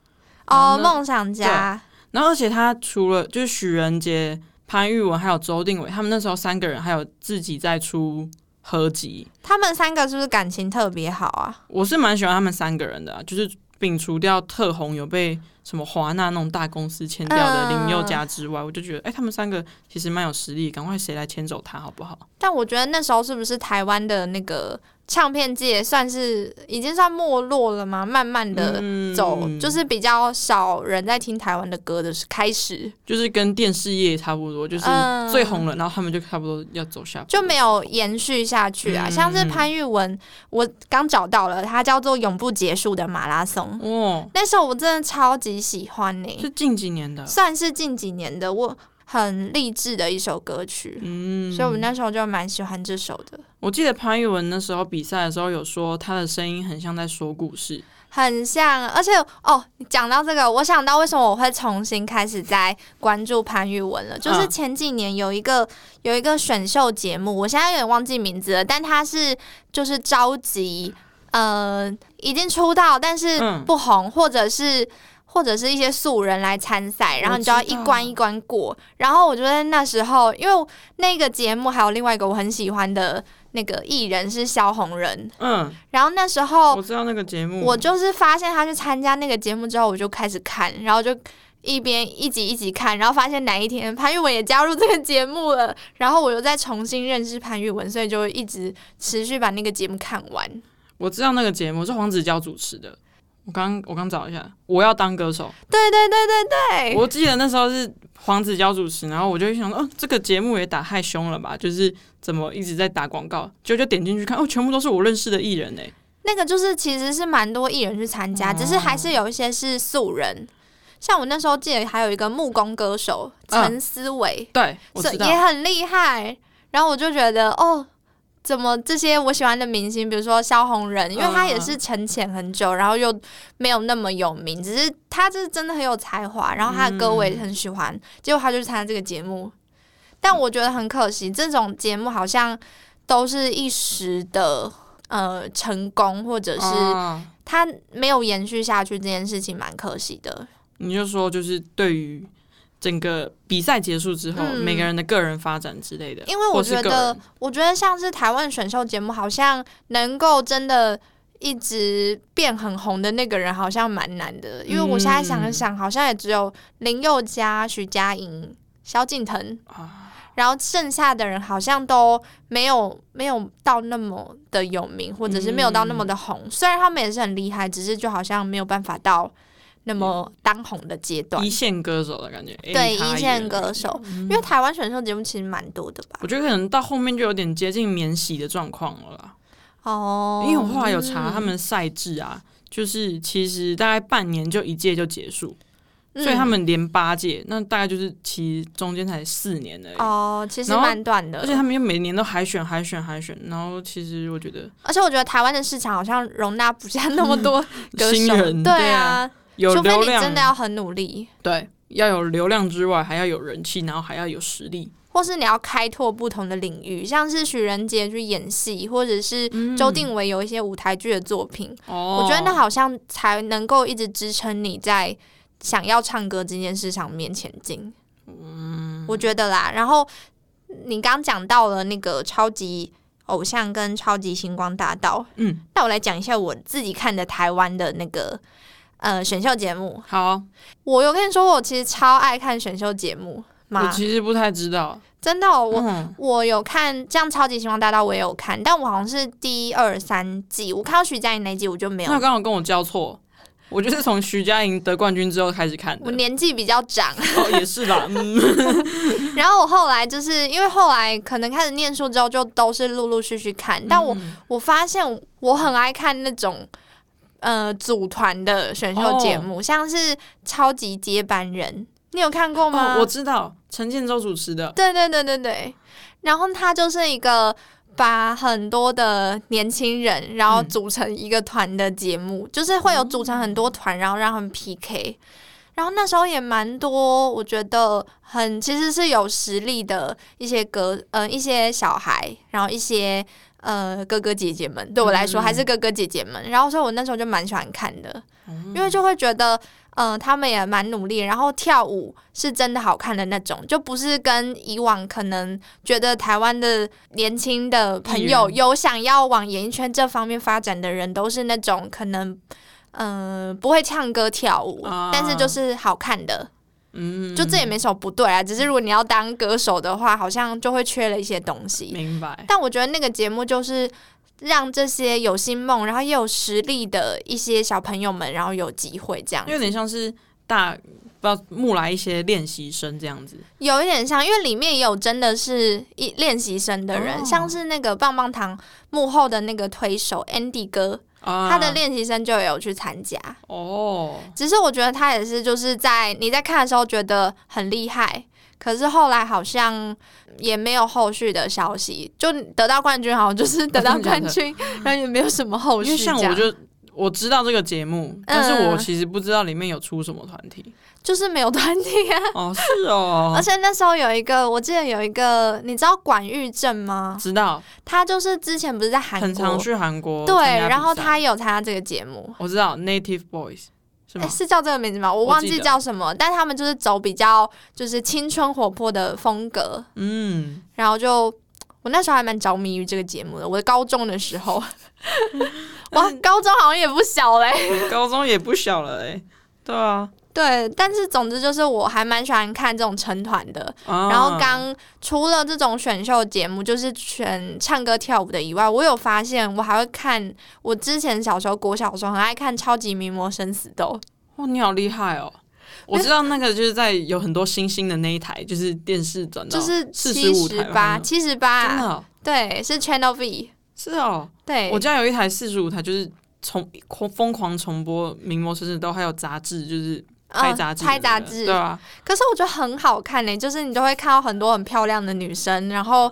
Speaker 1: 哦，
Speaker 2: 嗯那
Speaker 1: 梦想家。
Speaker 2: 然后而且他除了就是许仁杰、潘玉文还有周定伟，他们那时候三个人还有自己在出合集，
Speaker 1: 他们三个是不是感情特别好啊？
Speaker 2: 我是蛮喜欢他们三个人的啊、就是摒除掉特红有被什么华纳那种大公司签掉的
Speaker 1: 嗯
Speaker 2: 林宥嘉之外，我就觉得哎、他们三个其实蛮有实力，赶快谁来牵走他好不好？
Speaker 1: 但我觉得那时候是不是台湾的那个唱片界算是已经算没落了吗？慢慢的
Speaker 2: 嗯
Speaker 1: 走，就是比较少人在听台湾的歌的开始。
Speaker 2: 就是跟电视业差不多，就是
Speaker 1: 嗯
Speaker 2: 最红了，然后他们就差不多要走下坡
Speaker 1: 就没有延续下去啊。
Speaker 2: 嗯
Speaker 1: 像是潘玉文，我刚找到了，它叫做《永不结束的马拉松》，
Speaker 2: 哦，
Speaker 1: 那首我真的超级喜欢呢、
Speaker 2: 是嗯近几年的，
Speaker 1: 算是近几年的我很励志的一首歌曲，
Speaker 2: 嗯，
Speaker 1: 所以我那时候就蛮喜欢这首的。
Speaker 2: 我记得潘玉文那时候比赛的时候有说他的声音很像在说故事，
Speaker 1: 很像。而且哦，你讲到这个，我想到为什么我会重新开始在关注潘玉文了，就是
Speaker 2: 嗯
Speaker 1: 前几年有一个有一个选秀节目，我现在有点忘记名字了，但它是就是召集呃已经出道但是
Speaker 2: 嗯
Speaker 1: 不红，或者是。或者是一些素人来参赛，然后你就要
Speaker 2: 知
Speaker 1: 一
Speaker 2: 道
Speaker 1: 关一关过。然后我觉得那时候，因为那个节目还有另外一个我很喜欢的那个艺人是萧红人，
Speaker 2: 嗯，
Speaker 1: 然后那时候
Speaker 2: 我知道那个节目，
Speaker 1: 哦我就是发现他去参加那个节目之后，我就开始看，然后就一边一集一集看，然后发现哪一天潘玉文也加入这个节目了，然后我又再重新认识潘玉文，所以就一直持续把那个节目看完。
Speaker 2: 我知道那个节目是黄子佼主持的。我刚我刚找一下，我要当歌手。
Speaker 1: 对对对对对，
Speaker 2: 我记得那时候是黄子佼主持，然后我就会想说，哦，这个节目也打太凶了吧？就是怎么一直在打广告，就就点进去看，哦，全部都是我认识的艺人哎、
Speaker 1: 那个就是其实是蛮多艺人去参加，
Speaker 2: 哦
Speaker 1: 只是还是有一些是素人。像我那时候记得还有一个木工歌手陈思维，
Speaker 2: 对，我
Speaker 1: 这
Speaker 2: 知道
Speaker 1: 也。很厉害。然后我就觉得哦。怎么这些我喜欢的明星，比如说萧红人，因为他也
Speaker 2: 嗯
Speaker 1: 是沉潜很久，然后又没有那么有名，只是他就是真的很有才华，然后他的歌
Speaker 2: 嗯
Speaker 1: 我也很喜欢，结果他就去参加这个节目，但我觉得很可惜，这种节目好像都是一时的呃成功，或者是
Speaker 2: 啊
Speaker 1: 他没有延续下去这件事情，蛮可惜的。
Speaker 2: 你就说，就是对于整个比赛结束之后，
Speaker 1: 嗯
Speaker 2: 每个人的个人发展之类的，
Speaker 1: 因为我
Speaker 2: 或是
Speaker 1: 觉
Speaker 2: 个人
Speaker 1: 得，我觉得像是台湾选秀节目，好像能够真的一直变很红的那个人，好像蛮难的。因为我现在想一想，好像也只有林宥嘉、徐佳莹、萧敬腾，然后剩下的人好像都没有没有到那么的有名，或者是没有到那么的红。虽然他们也是很厉害，只是就好像没有办法到那么当红的阶段
Speaker 2: 一。线歌手的感觉，
Speaker 1: 对
Speaker 2: A 咖
Speaker 1: 一
Speaker 2: 艺
Speaker 1: 线
Speaker 2: 人
Speaker 1: 歌手，
Speaker 2: 嗯
Speaker 1: 因为台湾选秀节目其实蛮多的吧。
Speaker 2: 我觉得可能到后面就有点接近免洗的状况了啦。
Speaker 1: 哦，
Speaker 2: 因为我后来有查他
Speaker 1: 嗯，
Speaker 2: 们赛制啊，就是其实大概半年就一届就结束，所以他
Speaker 1: 嗯
Speaker 2: 们连八届，那大概就是其实中间才四年而已。
Speaker 1: 哦，其实
Speaker 2: 然后
Speaker 1: 蛮短的，
Speaker 2: 而且他们又每年都海选、海选、海选，然后其实我觉得
Speaker 1: 而且我觉得台湾的市场好像容纳不下那么多歌
Speaker 2: 嗯新
Speaker 1: 手，
Speaker 2: 人
Speaker 1: 对
Speaker 2: 啊，
Speaker 1: 啊，
Speaker 2: 有
Speaker 1: 除非
Speaker 2: 流
Speaker 1: 你
Speaker 2: 量
Speaker 1: 真的要很努力，
Speaker 2: 对，要有流量之外，还要有人气，然后还要有实力。
Speaker 1: 或是你要开拓不同的领域，像是许仁杰去演戏，或者是
Speaker 2: 嗯
Speaker 1: 周定伟有一些舞台剧的作品，
Speaker 2: 哦，
Speaker 1: 我觉得那好像才能够一直支撑你在想要唱歌这件事上面前进。嗯，我觉得啦。然后你刚讲到了那个超级偶像跟超级星光大道，
Speaker 2: 嗯，
Speaker 1: 那我来讲一下我自己看的台湾的那个。呃，选秀节目，
Speaker 2: 好，
Speaker 1: 我有跟你说过，我其实超爱看选秀节目
Speaker 2: 我
Speaker 1: 嘛，
Speaker 2: 其实不太知道。
Speaker 1: 真的哦、我
Speaker 2: 嗯
Speaker 1: 我有看，像《超级星光大道》我也有看，但我好像是第一二三季，我看到徐佳莹那一季我就没有
Speaker 2: 那刚好跟我交错，我就是从徐佳莹得冠军之后开始看
Speaker 1: 我
Speaker 2: 的。
Speaker 1: 年纪比较长，
Speaker 2: 哦，也是啦， 嗯，
Speaker 1: 然后我后来就是因为后来可能开始念书之后，就都是陆陆续续看。但我、我发现我很爱看那种呃组团的选秀节目，像是《超级接班人》，你有看过吗？
Speaker 2: 哦，我知道陈建州主持的，
Speaker 1: 对对对对对，然后他就是一个把很多的年轻人，然后
Speaker 2: 嗯
Speaker 1: 组成一个团的节目，就是会有组成很多团，然后让他
Speaker 2: 嗯
Speaker 1: 们 PK。然后那时候也蛮多，我觉得很其实是有实力的一些哥，呃，一些小孩，然后一些呃哥哥姐姐们，对我来
Speaker 2: 嗯
Speaker 1: 说还是哥哥姐姐们。然后所以我那时候就蛮喜欢看的，
Speaker 2: 哦
Speaker 1: 因为就会觉得呃，他们也蛮努力，然后跳舞是真的好看的那种，就不是跟以往可能觉得台湾的年轻的朋友
Speaker 2: 艺人
Speaker 1: 有想要往演艺圈这方面发展的人，都是那种可能。嗯、不会唱歌跳舞，
Speaker 2: 啊
Speaker 1: 但是就是好看的，
Speaker 2: 嗯，
Speaker 1: 就这也没什么不对啊。只是如果你要当歌手的话，好像就会缺了一些东西。
Speaker 2: 明白。
Speaker 1: 但我觉得那个节目就是让这些有心梦，然后也有实力的一些小朋友们，然后有机会这样子
Speaker 2: 有点像是大不知道募来一些练习生这样子。
Speaker 1: 有一点像，因为里面也有真的是一练习生的人，
Speaker 2: 哦
Speaker 1: 像是那个棒棒糖幕后的那个推手 Andy 哥，
Speaker 2: 啊
Speaker 1: 他的练习生就有去参加。
Speaker 2: 哦，
Speaker 1: 只是我觉得他也是就是在你在看的时候觉得很厉害，可是后来好像也没有后续的消 息，就得到冠军好像就是得到冠军，然后也没有什么后嗯
Speaker 2: 因为
Speaker 1: 续这
Speaker 2: 像
Speaker 1: 样。
Speaker 2: 我就我知道这个节目，但是我其实不知道里面有出什么团体。
Speaker 1: 就是没有团体啊。
Speaker 2: 哦，是哦
Speaker 1: 而，且那时候有一个，我记得有一个，你知道管玉正吗？
Speaker 2: 知道，
Speaker 1: 他就是之前不是在韩
Speaker 2: 很常
Speaker 1: 国，
Speaker 2: 去韩国参
Speaker 1: 对
Speaker 2: 加比赛。，
Speaker 1: 然后他也有参加这个节目，
Speaker 2: 我知道 Native Boys 是
Speaker 1: 哎、
Speaker 2: 吗？
Speaker 1: 是叫这个名字吗？我
Speaker 2: 我
Speaker 1: 忘
Speaker 2: 记
Speaker 1: 记
Speaker 2: 得
Speaker 1: 叫什么，但他们就是走比较就是青春活泼的风格，
Speaker 2: 嗯，
Speaker 1: 然后就。我那时候还蛮着迷于这个节目的，我的高中的时 候，哇，高中好像也不小嘞、
Speaker 2: 高中也不小了哎、欸。对啊，
Speaker 1: 对，但是总之就是我还蛮喜欢看这种成团的。
Speaker 2: 啊
Speaker 1: 然后刚除了这种选秀节目，就是选唱歌跳舞的以外，我有发现我还会看。我之前小时候国小的时候很爱看《超级名模生死斗》，
Speaker 2: 哇，你好厉害哦！我知道那个就是在有很多星星的那一台，就是电视转到
Speaker 1: 就是啊
Speaker 2: 四
Speaker 1: 七
Speaker 2: 五
Speaker 1: 十
Speaker 2: 台
Speaker 1: 八，
Speaker 2: 吧，
Speaker 1: 七十
Speaker 2: 真的
Speaker 1: 八，
Speaker 2: 哦、
Speaker 1: 对，是 Channel V，
Speaker 2: 是哦。
Speaker 1: 对
Speaker 2: 我，家有一台四十五台，就是重狂疯狂重播《名模生死斗》，还有杂志，就是拍
Speaker 1: 嗯
Speaker 2: 杂志的那个、
Speaker 1: 拍杂志
Speaker 2: 对。啊，
Speaker 1: 可是我觉得很好看呢、欸就是你都会看到很多很漂亮的女生，然后。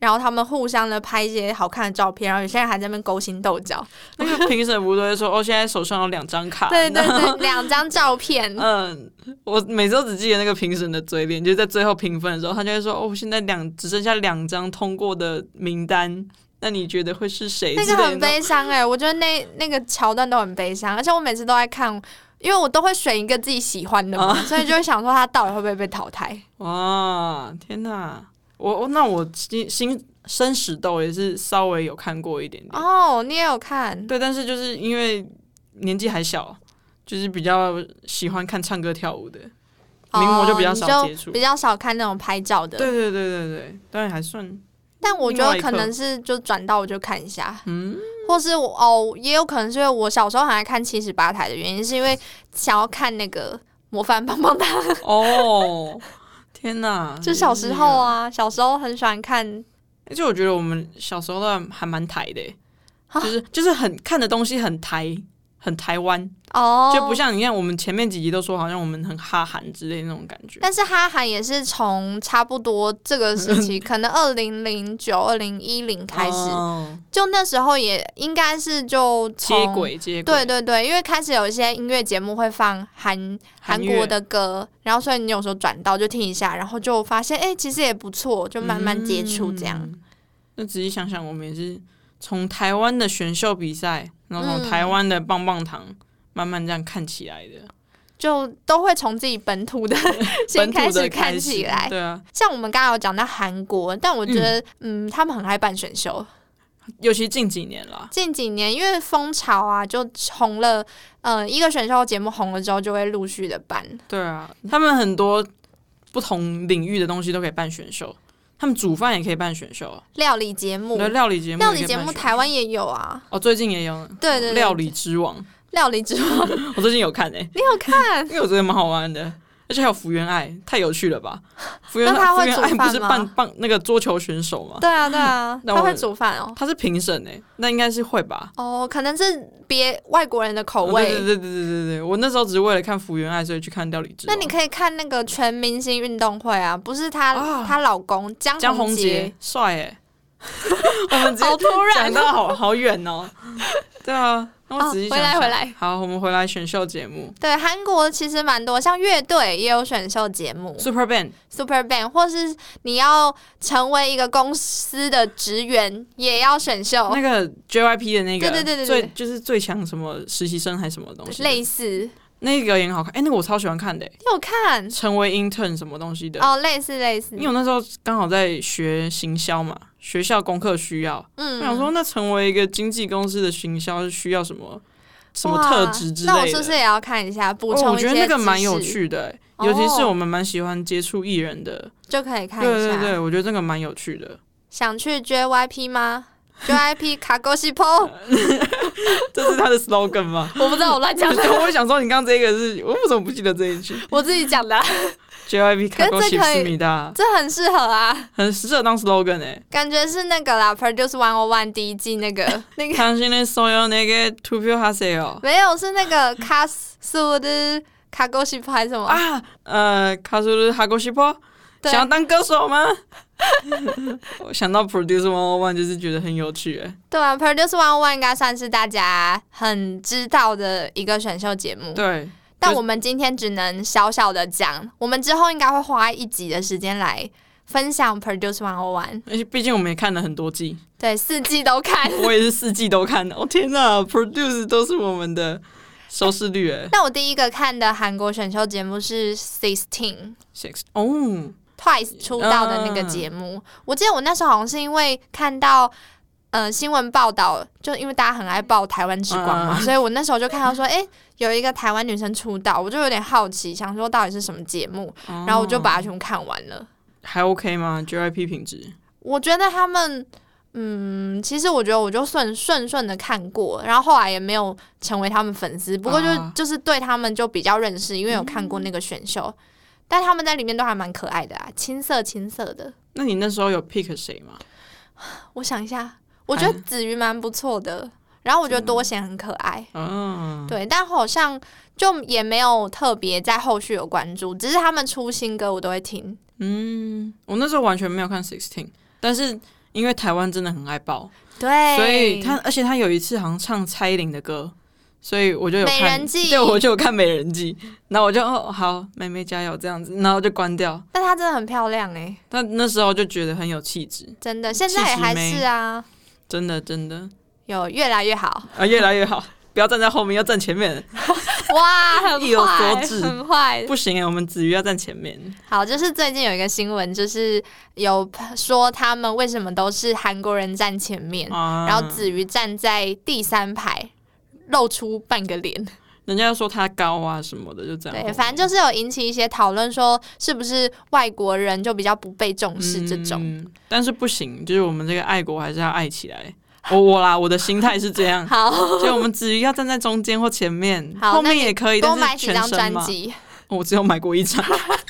Speaker 1: 然后她们互相的拍一些好看的照片，然后有些人还在那边勾心斗角。
Speaker 2: 那个评审部都会说，哦，现在手上有两张卡。
Speaker 1: 对对对，两张照片。
Speaker 2: 嗯，我每次都只记得那个评审的嘴脸，就是在最后评分的时候，他就会说：“哦，我现在两只剩下两张通过的名单，那你觉得会是谁？”
Speaker 1: 那
Speaker 2: 之
Speaker 1: 个
Speaker 2: 类的
Speaker 1: 很悲伤哎、我觉得那那个桥段都很悲伤，而且我每次都在看，因为我都会选一个自己喜欢的嘛，
Speaker 2: 哦
Speaker 1: 所以就会想说他到底会不会被淘 汰。
Speaker 2: 哇，天哪！我我那我新新生死斗也是稍微有看过一点点，
Speaker 1: 哦，你也有看？
Speaker 2: 对，但是就是因为年纪还小，就是比较喜欢看唱歌跳舞的，
Speaker 1: 哦
Speaker 2: 名模就比较少
Speaker 1: 你
Speaker 2: 接触。
Speaker 1: 比较少看那种拍照的。
Speaker 2: 对对对对对，当然还算
Speaker 1: 但我觉得
Speaker 2: 另外
Speaker 1: 可
Speaker 2: 一个
Speaker 1: 能是就转到我就看一下，
Speaker 2: 嗯，
Speaker 1: 或是我哦，也有可能是因为我小时候很爱看七十八台的原因，是因为想要看那个模范棒棒糖，
Speaker 2: 啊哦。天哪！
Speaker 1: 就小时候啊，小时候很喜欢看。
Speaker 2: 而且我觉得我们小时候都还还蛮台的欸、就是就是很看的东西很台，很台湾，
Speaker 1: 哦，
Speaker 2: 就不像你看我们前面几集都说好像我们很哈韩之类的那种感觉。
Speaker 1: 但是哈韩也是从差不多这个时 期，可能二零零九、二零一零开始，
Speaker 2: 哦
Speaker 1: 就那时候也应该是就
Speaker 2: 接
Speaker 1: 从。
Speaker 2: 轨接轨，
Speaker 1: 对对对，因为开始有一些音乐节目会放韩
Speaker 2: 韩
Speaker 1: 韩
Speaker 2: 乐
Speaker 1: 国的歌，然后所以你有时候转到就听一下，然后就发现哎、诶其实也不错，就慢慢接触这样。
Speaker 2: 嗯那仔细想想，我们也是从台湾的选秀比赛，然后从
Speaker 1: 嗯
Speaker 2: 台湾的棒棒糖慢慢这样看起来的，
Speaker 1: 就都会从自己本土 的先
Speaker 2: 本土
Speaker 1: 开
Speaker 2: 的
Speaker 1: 始看起来。
Speaker 2: 对啊，
Speaker 1: 像我们刚刚有讲到韩国，但我觉得嗯他们很爱办选秀，
Speaker 2: 尤其近几年啦，
Speaker 1: 近几年因为风潮啊，就红了，呃，一个选秀节目红了之后，就会陆续的办。
Speaker 2: 对啊，
Speaker 1: 嗯
Speaker 2: 他们很多不同领域的东西都可以办选秀，他们煮饭也可以办选秀，啊
Speaker 1: 料理节目，
Speaker 2: 对，料理节目也
Speaker 1: 料
Speaker 2: 可以
Speaker 1: 理
Speaker 2: 办
Speaker 1: 节
Speaker 2: 选秀，
Speaker 1: 目台湾也有啊，
Speaker 2: 哦，最近也有，
Speaker 1: 对对对
Speaker 2: 料理 之王，
Speaker 1: 料理之王，
Speaker 2: 我最近有看诶、欸
Speaker 1: 你有 看？
Speaker 2: 因为我觉得蛮好玩的，而且还有福原爱，太有趣 了吧？福原
Speaker 1: 那他
Speaker 2: 福
Speaker 1: 会
Speaker 2: 原
Speaker 1: 煮
Speaker 2: 爱
Speaker 1: 饭吗
Speaker 2: 不是棒棒那个桌球选手吗？
Speaker 1: 对啊，对啊，
Speaker 2: 那我
Speaker 1: 他会煮饭哦。
Speaker 2: 他是评审哎，那应该是会吧？
Speaker 1: 哦，可能是别外国人的口
Speaker 2: 哦
Speaker 1: 味。
Speaker 2: 对对对对对对对，我那时候只是为了看福原爱，所以去看料理之
Speaker 1: 那
Speaker 2: 王。
Speaker 1: 你可以看那个全明星运动会啊，不是她
Speaker 2: 啊
Speaker 1: 她老公江
Speaker 2: 江宏
Speaker 1: 宏
Speaker 2: 杰，帅
Speaker 1: 欸
Speaker 2: 哎，我们直接
Speaker 1: 好突
Speaker 2: 讲
Speaker 1: 然
Speaker 2: 到好好远哦。 对啊，那我
Speaker 1: 哦
Speaker 2: 仔细
Speaker 1: 回
Speaker 2: 想
Speaker 1: 来
Speaker 2: 想
Speaker 1: 回来。
Speaker 2: 好，我们回来选秀节目
Speaker 1: 对韩国其实蛮多，像乐队也有选秀节目
Speaker 2: Super Band，
Speaker 1: ，Super Band，或是你要成为一个公司的职员，也要选秀。
Speaker 2: 那个 JYP 的那个，
Speaker 1: 哦对对对对对
Speaker 2: 最就是最强什么实习生还是什么东西的，
Speaker 1: 类似，
Speaker 2: 那个也很好看。哎、那个我超喜欢看的、
Speaker 1: 你有看
Speaker 2: 成为 intern 什么东西的。
Speaker 1: 嗯哦？类似类似
Speaker 2: 因，为我那时候刚好在学行销嘛，学校功课需要，我想
Speaker 1: 嗯，
Speaker 2: 说那成为一个经纪公司的行销是需要什么什么
Speaker 1: 哇
Speaker 2: 特质之类
Speaker 1: 那我
Speaker 2: 的。
Speaker 1: 是不是也要看一下，补
Speaker 2: 哦，
Speaker 1: 充
Speaker 2: 我
Speaker 1: 一
Speaker 2: 觉
Speaker 1: 些
Speaker 2: 得那个
Speaker 1: 知
Speaker 2: 蛮有
Speaker 1: 识，
Speaker 2: 趣的、欸
Speaker 1: 哦
Speaker 2: 尤其是我们蛮喜欢接触艺人的。
Speaker 1: 就可以看
Speaker 2: 对
Speaker 1: 一
Speaker 2: 对
Speaker 1: 下。
Speaker 2: 对，我觉得这个蛮有趣 的，
Speaker 1: 想去 JYP 吗？JYP 卡勾西坡，我
Speaker 2: 这是他的 slogan 吗？
Speaker 1: 不知道我乱讲的，
Speaker 2: 我想说，你刚刚这个是，我为什么不记得这一句
Speaker 1: 我自己讲的啊，
Speaker 2: ？JYP 卡勾
Speaker 1: 可是
Speaker 2: 西
Speaker 1: 这可以
Speaker 2: 斯米达，
Speaker 1: 这很适合啊，
Speaker 2: 很适合当 slogan 哎、
Speaker 1: 感觉是那个啦，Produce One O One 第一季那个那个
Speaker 2: 당신의소연에게투표하세요
Speaker 1: 没有，是那个卡苏的卡勾西坡还是什么？
Speaker 2: 啊啊，呃，가수를하고싶어
Speaker 1: 对
Speaker 2: 想要当歌手吗？ 我想到 Produce One One 就是觉得很有趣、欸，
Speaker 1: 对啊，Produce One One 应该算是大家很知道的一个选秀节目，
Speaker 2: 对，
Speaker 1: 但我们今天只能小小的讲，我们之后应该会花一集的时间来分享 Produce One One，
Speaker 2: 而且毕竟我们也看了很多季，
Speaker 1: 对，四季都 看。
Speaker 2: 我也是四季都看的。哦天哪，Produce 都是我们的收视率哎、
Speaker 1: 那我第一个看的韩国选秀节目是 Sixteen。
Speaker 2: Six 哦，
Speaker 1: Twice 出道的那个节目，我记得我那时候好像是因为看到。呃，新闻报道就因为大家很爱报台湾之光嘛，所以我那时候就看到说，诶，有一个台湾女生出道，我就有点好奇，想说到底是什么节目，然后我就把它全部看完了。
Speaker 2: 哦还 OK 吗？JYP 品质
Speaker 1: 我觉得他们，嗯，其实我觉得我就顺顺顺的看过，然后后来也没有成为他们粉丝，不过就、
Speaker 2: 啊
Speaker 1: 就是对他们就比较认识，因为有看过那个选秀，但他们在里面都还蛮可爱的啊，青涩青涩的。
Speaker 2: 那你那时候有 pick 谁吗？
Speaker 1: 我想一下，我觉得子瑜蛮不错的，然后我觉得多贤很可爱，
Speaker 2: 嗯、
Speaker 1: 对，但好像就也没有特别在后续有关注，只是他们出新歌我都会听。
Speaker 2: 嗯，我那时候完全没有看 Sixteen，但是因为台湾真的很爱爆，
Speaker 1: 对，
Speaker 2: 所以他而且他有一次好像唱蔡依林的歌，所以我就有看
Speaker 1: 美人计
Speaker 2: 对，我就有看美人计，然后我就哦好，妹妹加油这样子，然后就关掉。
Speaker 1: 但他真的很漂亮哎、
Speaker 2: 但那时候就觉得很有气质，
Speaker 1: 真的，现在也还是啊，
Speaker 2: 真的真的
Speaker 1: 有越来越好，
Speaker 2: 啊，越来越好。不要站在后面，要站前面，
Speaker 1: 哇，很
Speaker 2: 意有所
Speaker 1: 坏，
Speaker 2: 指
Speaker 1: 很坏。
Speaker 2: 不行、欸，我们子瑜要站前面。
Speaker 1: 好，就是最近有一个新闻，就是有说他们为什么都是韩国人站前面，嗯
Speaker 2: 啊、
Speaker 1: 然后子瑜站在第三排，露出半个脸。
Speaker 2: 人家说他高啊什么的，就这样。
Speaker 1: 对，反正就是有引起一些讨论，说是不是外国人就比较不被重视这种。，
Speaker 2: 嗯但是不行，就是我们这个爱国还是要爱起来。我我啦，我的心态是这 样
Speaker 1: 好，
Speaker 2: 所以我们子瑜要站在中间或前面，
Speaker 1: 好
Speaker 2: 后
Speaker 1: 那
Speaker 2: 面
Speaker 1: 你
Speaker 2: 也可以，
Speaker 1: 多
Speaker 2: 但是
Speaker 1: 买几
Speaker 2: 全
Speaker 1: 张
Speaker 2: 身
Speaker 1: 专
Speaker 2: 嘛。
Speaker 1: 辑。
Speaker 2: 我只有买过一张。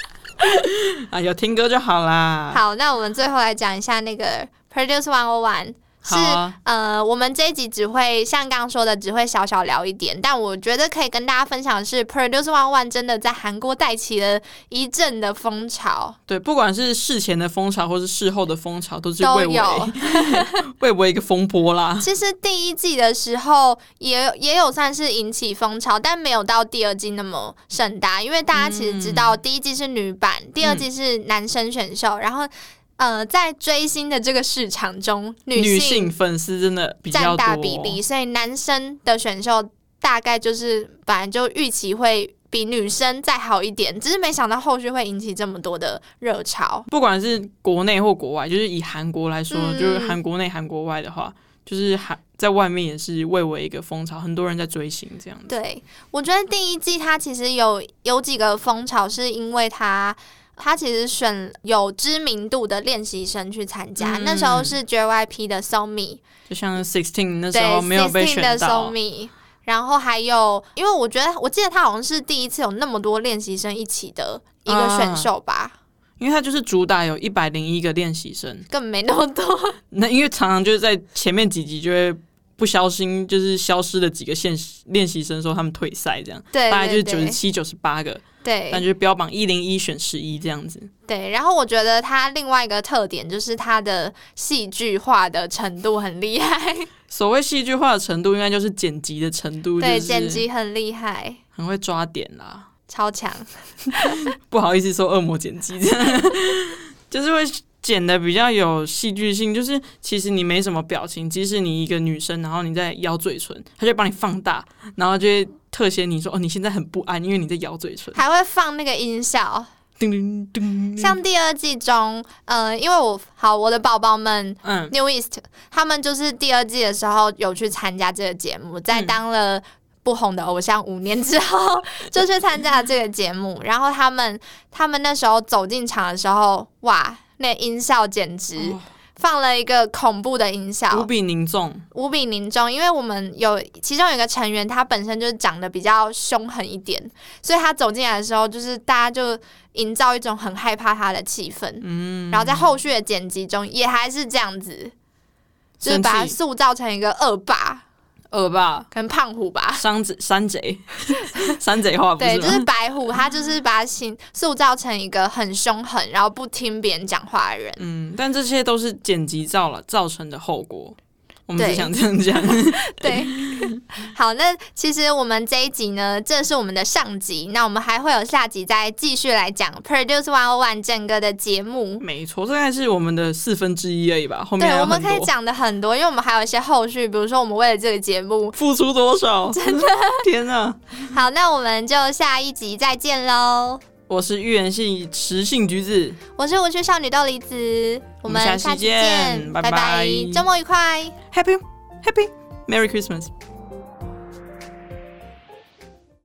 Speaker 2: 啊，有听歌就好啦。
Speaker 1: 好，那我们最后来讲一下那个 Produce One O One。是、
Speaker 2: 好啊
Speaker 1: 呃，我们这一集只会像刚刚说的，只会小小聊一点，但我觉得可以跟大家分享的是，Produce One oh One 真的在韩国带起了一阵的风潮，
Speaker 2: 对，不管是事前的风潮或是事后的风潮，都是
Speaker 1: 都
Speaker 2: 为
Speaker 1: 有
Speaker 2: 我。 为我一个风波啦。
Speaker 1: 其实第一季的时候也有也有算是引起风潮，但没有到第二季那么盛大，因为大家其实知
Speaker 2: 嗯
Speaker 1: 道第一季是女版，第二季是男生选秀，然后呃，在追星的这个市场中，
Speaker 2: 女
Speaker 1: 性
Speaker 2: 性粉丝真的比
Speaker 1: 占
Speaker 2: 较多，
Speaker 1: 大比例，所以男生的选秀大概就是本来就预期会。比女生再好一点，只是没想到后续会引起这么多的热潮。
Speaker 2: 不管是国内或国外，就是以韩国来说，
Speaker 1: 嗯
Speaker 2: 就是韩国内、韩国外的话，就是韩在外面也是为我一个风潮，很多人在追星这样子。
Speaker 1: 对，我觉得第一季它其实有有几个风潮，是因为它它其实选有知名度的练习生去参加，
Speaker 2: 嗯
Speaker 1: 那时候是 JYP 的 So Mi，
Speaker 2: 就像 Sixteen 那时
Speaker 1: 对
Speaker 2: 候没有被
Speaker 1: ，Sixteen 的
Speaker 2: 选
Speaker 1: So
Speaker 2: 到，
Speaker 1: Mi。然后还有，因为我觉得，我记得他好像是第一次有那么多练习生一起的一个
Speaker 2: 啊
Speaker 1: 选秀吧，
Speaker 2: 因为他就是主打有一百零一个练习生，
Speaker 1: 根本没那么 多。
Speaker 2: 那因为常常就是在前面几集就会不小心就是消失了几个现练习生，说他们退赛这样，
Speaker 1: 对，
Speaker 2: 大概就是
Speaker 1: 对
Speaker 2: 九十七、九十八个，
Speaker 1: 对
Speaker 2: 但
Speaker 1: 对
Speaker 2: 就是标榜一零一选十一这样子。
Speaker 1: 对。然后我觉得他另外一个特点就是他的戏剧化的程度很厉害，
Speaker 2: 所谓戏剧化的程度，应该就是剪辑的程度，
Speaker 1: 对，
Speaker 2: 就是
Speaker 1: 剪辑很厉害。
Speaker 2: 很会抓点啦。
Speaker 1: 超强，
Speaker 2: 不好意思说恶魔剪辑， 这样就是会剪的比较有戏剧性。就是其实你没什么表情，即使你一个女生，然后你在咬嘴唇，他就帮你放大，然后就会特写你说哦，你现在很不安，因为你在咬嘴唇。
Speaker 1: 还会放那个音效。
Speaker 2: 叮叮叮，
Speaker 1: 像第二季中，呃，因为我好我的宝宝们
Speaker 2: 嗯
Speaker 1: New East，他们就是第二季的时候有去参加这个节目，在当了。不红的偶像五年之后 就去参加了这个节目，然后他们他们那时候走进场的时候，哇，那音效简直、
Speaker 2: 哦
Speaker 1: 放了一个恐怖的音效，
Speaker 2: 无比凝重，
Speaker 1: 无比凝重，因为我们有其中有一个成员，他本身就是长得比较凶狠一点，所以他走进来的时候，就是大家就营造一种很害怕他的气氛。
Speaker 2: 嗯，
Speaker 1: 然后在后续的剪辑中也还是这样子，就是
Speaker 2: 生
Speaker 1: 把他
Speaker 2: 气
Speaker 1: 塑造成一个恶霸。
Speaker 2: 恶霸、
Speaker 1: 可能胖虎吧。
Speaker 2: 山贼、山贼、 山贼话不
Speaker 1: 对，
Speaker 2: 是
Speaker 1: 就是
Speaker 2: 吗？
Speaker 1: 白虎，他就是把形塑造成一个很凶狠，然后不听别人讲话的人。
Speaker 2: 嗯，但这些都是剪辑造了造成的后果。我们只
Speaker 1: 对
Speaker 2: 想这样讲，
Speaker 1: 对，好，那其实我们这一集呢，这是我们的上集，那我们还会有下集再继续来讲 Produce One oh One 整个的节目。
Speaker 2: 没错，这大概是我们的四分之一而已吧。后面
Speaker 1: 对
Speaker 2: 还，有
Speaker 1: 我们
Speaker 2: 很
Speaker 1: 可以
Speaker 2: 多，
Speaker 1: 讲的很多，因为我们还有一些后续，比如说我们为了这个节目，
Speaker 2: 付出多 少？真的， 天哪！
Speaker 1: 好，那我们就下一集再见喽！
Speaker 2: 我是预言系雌性橘子，
Speaker 1: 我是文学少女豆梨子，我
Speaker 2: 我
Speaker 1: 们
Speaker 2: 们下期
Speaker 1: 下期
Speaker 2: 见
Speaker 1: 见，
Speaker 2: 拜
Speaker 1: 拜
Speaker 2: 拜
Speaker 1: 周末愉快。
Speaker 2: Happy Happy Merry Christmas。